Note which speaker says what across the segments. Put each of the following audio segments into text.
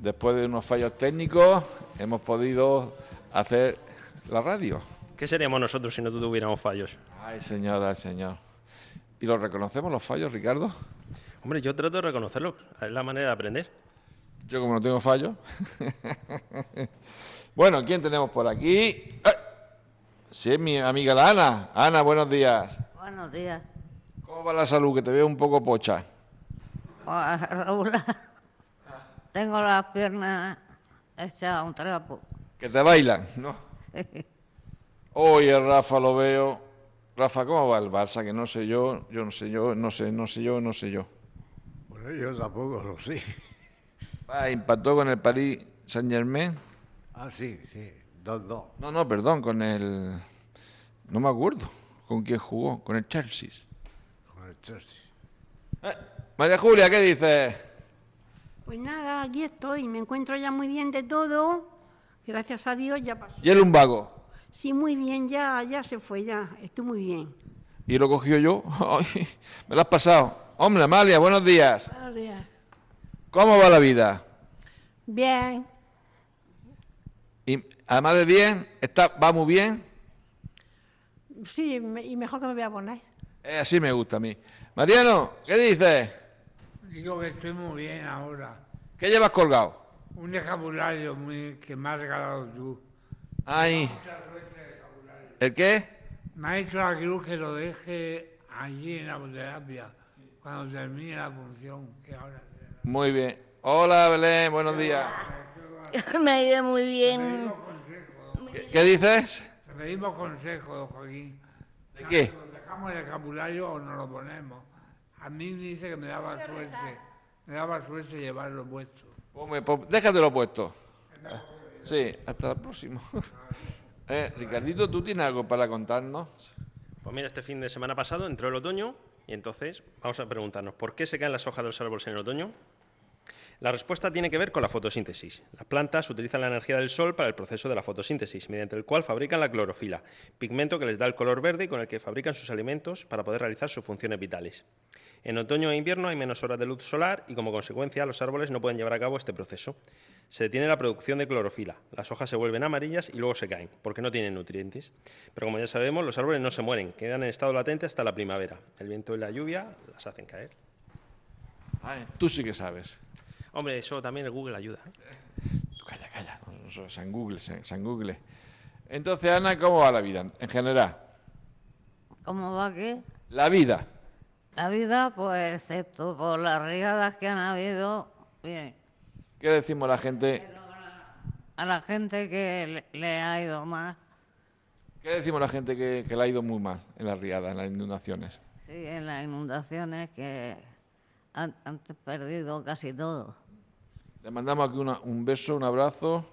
Speaker 1: Después de unos fallos técnicos, hemos podido hacer la radio.
Speaker 2: ¿Qué seríamos nosotros si no tuviéramos fallos?
Speaker 1: Ay, señor, ay, señor. ¿Y los reconocemos los fallos, Ricardo?
Speaker 2: Hombre, yo trato de reconocerlo. Es la manera de aprender.
Speaker 1: Yo, como no tengo fallos. bueno, ¿quién tenemos por aquí? ¡Ay! Sí, es mi amiga la Ana. Ana, buenos días.
Speaker 3: Buenos días.
Speaker 1: ¿Cómo va la salud? Que te veo un poco pocha.
Speaker 3: Hola, Raúl. Tengo las piernas hechas a un trapo.
Speaker 1: Que te bailan, ¿no? Oye, Rafa, lo veo. Rafa, ¿cómo va el Barça? Que no sé yo, yo no sé yo, no sé, no sé yo, no sé yo.
Speaker 4: Bueno, yo tampoco lo sé.
Speaker 1: Ah, empató con el París Saint Germain.
Speaker 4: Ah, sí, sí, dos, dos.
Speaker 1: No, no, perdón, con el. No me acuerdo con quién jugó, con el Chelsea.
Speaker 4: Con el Chelsea.
Speaker 1: Eh, María Julia, ¿qué dices?
Speaker 5: Pues nada, aquí estoy, me encuentro ya muy bien de todo. Gracias a Dios ya pasó.
Speaker 1: Y el lumbago.
Speaker 5: Sí, muy bien, ya, ya se fue, ya, estoy muy bien.
Speaker 1: Y lo cogió yo. Ay, me lo has pasado. Hombre, Amalia, buenos días.
Speaker 5: Buenos días.
Speaker 1: ¿Cómo va la vida?
Speaker 5: Bien,
Speaker 1: Y además de bien, está, va muy bien.
Speaker 5: sí, me- y mejor que me voy a poner.
Speaker 1: Eh, así me gusta a mí. Mariano, ¿qué dices?
Speaker 6: Digo que estoy muy bien ahora.
Speaker 1: ¿Qué llevas colgado?
Speaker 6: Un vocabulario muy, que me has regalado tú.
Speaker 1: Ay. ¿El qué?
Speaker 6: Me ha hecho la cruz que lo deje Eh, allí en la terapia, cuando termine la función que ahora será.
Speaker 1: Muy bien. Hola, Belén, buenos días.
Speaker 7: Me ha ido muy bien.
Speaker 1: ¿Qué, qué dices?
Speaker 6: Te pedimos consejo, don Joaquín.
Speaker 1: ¿De qué?
Speaker 6: ¿Nos dejamos el vocabulario o no lo ponemos? A mí me dice que me daba suerte. Me daba suerte llevarlo puesto.
Speaker 1: Ponme- pon- Déjatelo pues puesto. Sí, hasta la próxima. Eh, Ricardito, ¿tú tienes algo para contarnos?
Speaker 2: Pues mira, este fin de semana pasado entró el otoño y entonces vamos a preguntarnos por qué se caen las hojas de los árboles en el otoño. La respuesta tiene que ver con la fotosíntesis. Las plantas utilizan la energía del sol para el proceso de la fotosíntesis, mediante el cual fabrican la clorofila, pigmento que les da el color verde y con el que fabrican sus alimentos para poder realizar sus funciones vitales. En otoño e invierno hay menos horas de luz solar y como consecuencia los árboles no pueden llevar a cabo este proceso. Se detiene la producción de clorofila, las hojas se vuelven amarillas y luego se caen, porque no tienen nutrientes. Pero como ya sabemos, los árboles no se mueren, quedan en estado latente hasta la primavera. El viento y la lluvia las hacen caer.
Speaker 1: Ay, tú sí que sabes.
Speaker 2: Hombre, eso también el Google ayuda. ¿eh?
Speaker 1: Tú Calla, calla. No, eso, San Google, San, San Google. Entonces, Ana, ¿cómo va la vida en general?
Speaker 3: ¿Cómo va qué?
Speaker 1: La vida.
Speaker 3: La vida, pues, excepto por las riadas que han habido, bien,
Speaker 1: ¿Qué le decimos a la gente?
Speaker 3: a la gente que le, le ha ido mal,
Speaker 1: ¿Qué le decimos a la gente que, que le ha ido muy mal en las riadas, en las inundaciones?
Speaker 3: sí, en las inundaciones que han, han perdido casi todo.
Speaker 1: Le mandamos aquí una- un beso, un abrazo.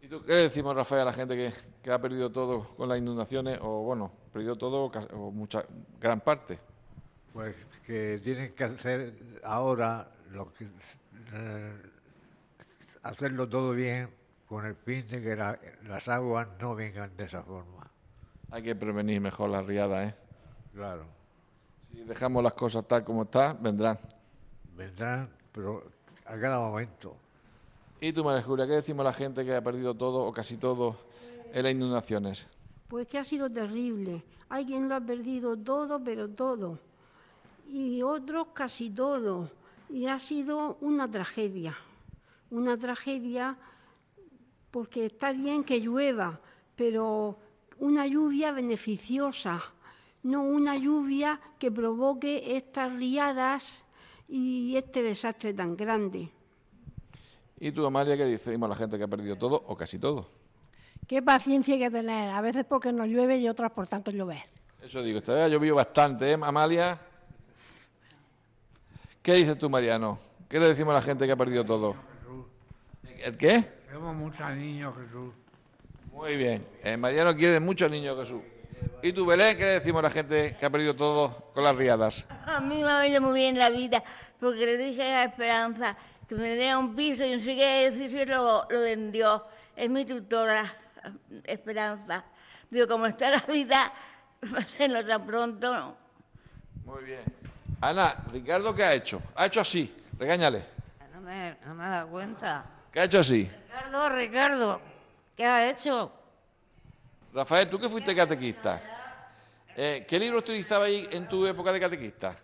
Speaker 1: ¿Y tú qué le decimos, Rafael, a la gente que, que ha perdido todo con las inundaciones? O bueno, perdido todo ca- o mucha, gran parte.
Speaker 4: Pues que tienen que hacer ahora lo que es, eh, hacerlo todo bien con el fin de que la- las aguas no vengan de esa forma.
Speaker 1: Hay que prevenir mejor las riadas, ¿eh?
Speaker 4: Claro,
Speaker 1: Si dejamos las cosas tal como están, vendrán.
Speaker 4: vendrán, pero a cada momento.
Speaker 1: ¿Y tú, María Julia, qué decimos a la gente que ha perdido todo o casi todo en las inundaciones?
Speaker 5: Pues que ha sido terrible. Hay quien lo ha perdido todo, pero todo. Y otros casi todo. Y ha sido una tragedia. Una tragedia porque está bien que llueva, pero una lluvia beneficiosa, no una lluvia que provoque estas riadas y este desastre tan grande.
Speaker 1: ¿Y tú, Amalia, qué decimos a la gente que ha perdido todo o casi todo?
Speaker 8: Qué paciencia hay que tener, a veces porque nos llueve y otras por tanto llover.
Speaker 1: Eso digo, esta vez ha llovido bastante, ¿eh, Amalia? ¿Qué dices tú, Mariano? ¿Qué le decimos a la gente que ha perdido todo? ¿El qué?
Speaker 6: Tenemos muchos niños, Jesús.
Speaker 1: Muy bien. Eh, Mariano quiere mucho al niño Jesús. ¿Y tú, Belén, qué le decimos a la gente que ha perdido todo con las riadas?
Speaker 7: A mí me ha venido muy bien la vida, porque le dije a Esperanza que me diera un piso y enseguida el edificio lo, lo vendió. Es mi tutora, Esperanza. Digo, como está la vida, va a serlo tan pronto. no.
Speaker 1: Muy bien. Ana, Ricardo, ¿qué ha hecho? Ha hecho así. Regáñale.
Speaker 3: No me, no me he dado cuenta.
Speaker 1: ¿Qué ha hecho así?
Speaker 3: Ricardo, Ricardo, ¿qué ha hecho?
Speaker 1: Rafael, tú que fuiste catequista. eh, ¿Qué libro utilizabas ahí en tu época de catequista?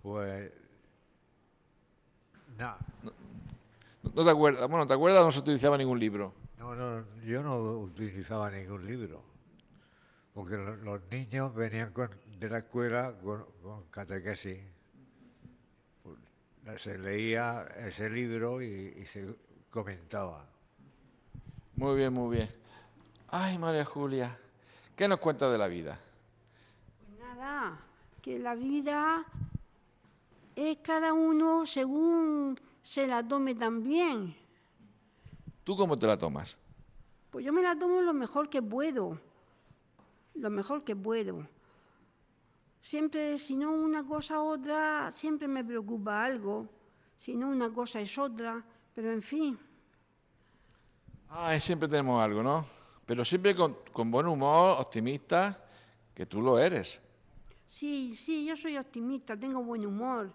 Speaker 4: Pues. No,
Speaker 1: No- No te acuerdas. Bueno, ¿te acuerdas? No se utilizaba ningún libro.
Speaker 4: no, no, yo no utilizaba ningún libro. Porque lo- los niños venían con- de la escuela con, con catequesis. Pues, Se leía ese libro y, y se comentaba.
Speaker 1: Muy bien, muy bien. Ay, María Julia, ¿qué nos cuentas de la vida?
Speaker 5: Nada, que la vida es cada uno según se la tome también.
Speaker 1: ¿Tú cómo te la tomas?
Speaker 5: Pues yo me la tomo lo mejor que puedo, lo mejor que puedo. Siempre, si no una cosa u otra, siempre me preocupa algo, si no una cosa es otra, pero en fin,
Speaker 1: Ay, siempre tenemos algo, ¿no? Pero siempre con, con buen humor, optimista, que tú lo eres.
Speaker 5: sí, sí, yo soy optimista, tengo buen humor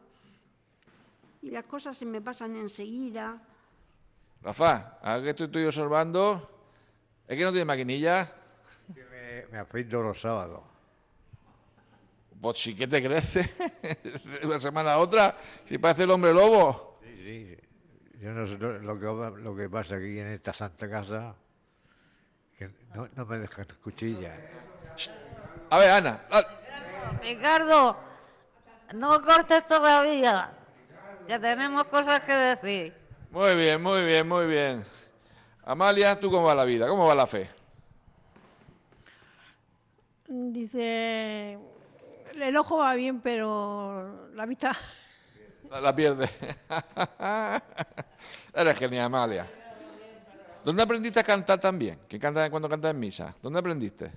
Speaker 5: y las cosas se me pasan enseguida.
Speaker 1: Rafa, ahora que estoy, estoy observando, es que no tiene maquinilla,
Speaker 4: Que Eh, me, me afeito los sábados.
Speaker 1: pues sí que te crece de una semana a otra, si parece el hombre lobo.
Speaker 4: Sí, sí. Yo no sé lo lo que, va- lo que pasa aquí en esta santa casa, que no, no me dejan cuchillas.
Speaker 1: A ver, Ana, ah,
Speaker 3: Ricardo, no cortes todavía, que tenemos cosas que decir.
Speaker 1: muy bien, muy bien, muy bien. Amalia, ¿tú cómo va la vida? ¿Cómo va la fe?
Speaker 8: Dice, el ojo va bien, pero la vista...
Speaker 1: La, la pierde. Eres genial, Amalia. ¿Dónde aprendiste a cantar también? ¿Que canta cuando cantas en misa? ¿Dónde aprendiste?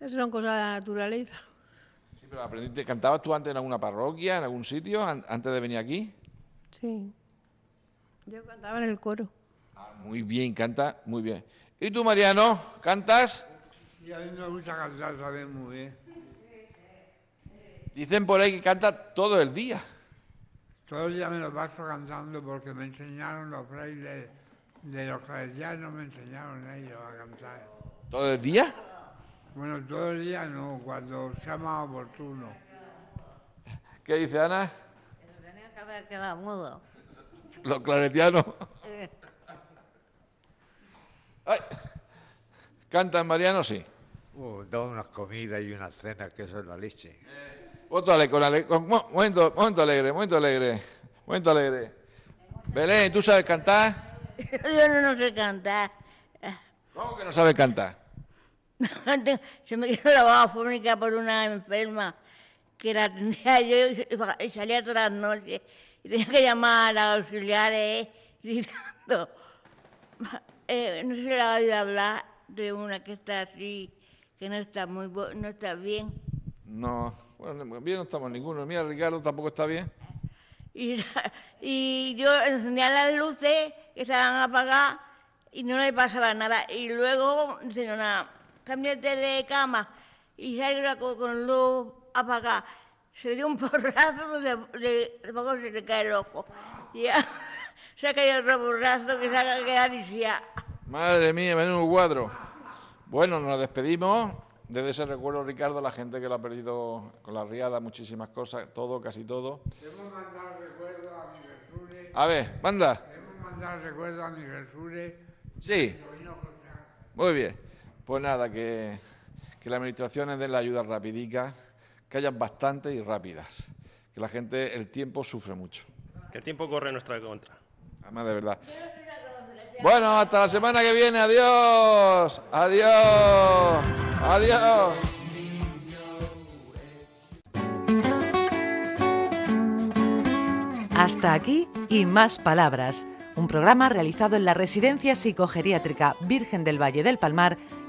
Speaker 8: Esas son cosas de la naturaleza.
Speaker 1: Sí, pero aprendiste, ¿cantabas tú antes en alguna parroquia, en algún sitio, an- antes de venir aquí?
Speaker 8: Sí. Yo cantaba en el coro.
Speaker 1: Ah, Muy bien, canta, muy bien. ¿Y tú, Mariano, cantas?
Speaker 6: Y a mí me gusta cantar también muy bien.
Speaker 1: Dicen por ahí que canta todo el día.
Speaker 6: Todo el día me lo paso cantando porque me enseñaron los frailes de los claretianos, me enseñaron ellos a cantar.
Speaker 1: ¿Todo el día?
Speaker 6: Bueno, todo el día no, cuando sea más oportuno.
Speaker 1: ¿Qué dice Ana?
Speaker 3: Tenía que haber quedado mudo.
Speaker 1: Los claretianos. Ay. ¿Cantan, Mariano? Sí.
Speaker 4: Uh, da unas comidas y unas cenas, que eso es la leche.
Speaker 1: Voto ale- con ale- con- mo- momento, momento alegre, momento alegre, momento alegre. Belén, ¿tú sabes cantar?
Speaker 7: Yo no, no sé cantar.
Speaker 1: ¿Cómo que no sabes cantar?
Speaker 7: Se me quedó la baja fónica por una enferma que la tenía yo y- y- y salía todas las noches. Y tenía que llamar a los auxiliares gritando. Eh, no se le ha oído hablar de una que está así, que no está muy bu- no está bien.
Speaker 1: No, bueno, no- bien no estamos ninguno. Mira, Ricardo tampoco está bien.
Speaker 7: Y, y yo encendía las luces que estaban apagadas y no le pasaba nada. Y luego dice, nada, cámbiate de cama. Y salió con, con luz apagada. Se dio un porrazo, de, de, de poco se le cae el ojo. Y ya, se ha caído otro porrazo que se ha quedado lisiada.
Speaker 1: Madre mía, menudo cuadro. Bueno, nos despedimos. Desde ese recuerdo, Ricardo, a la gente que lo ha perdido con la riada, muchísimas cosas, todo, casi todo.
Speaker 6: Hemos mandado recuerdos a mi Jesús,
Speaker 1: A ver, manda.
Speaker 6: hemos mandado recuerdos a mi Jesús.
Speaker 1: Sí. Muy bien. Pues nada, que, que las administraciones den la ayuda rapidica, que hayan bastantes y rápidas. Que la gente, el tiempo sufre mucho.
Speaker 2: Que el tiempo corre en nuestra contra.
Speaker 1: Además, de verdad. Bueno, hasta la semana que viene. Adiós. Adiós. Adiós.
Speaker 9: Hasta aquí Y Más Palabras, un programa realizado en la Residencia Psicogeriátrica Virgen del Valle del Palmar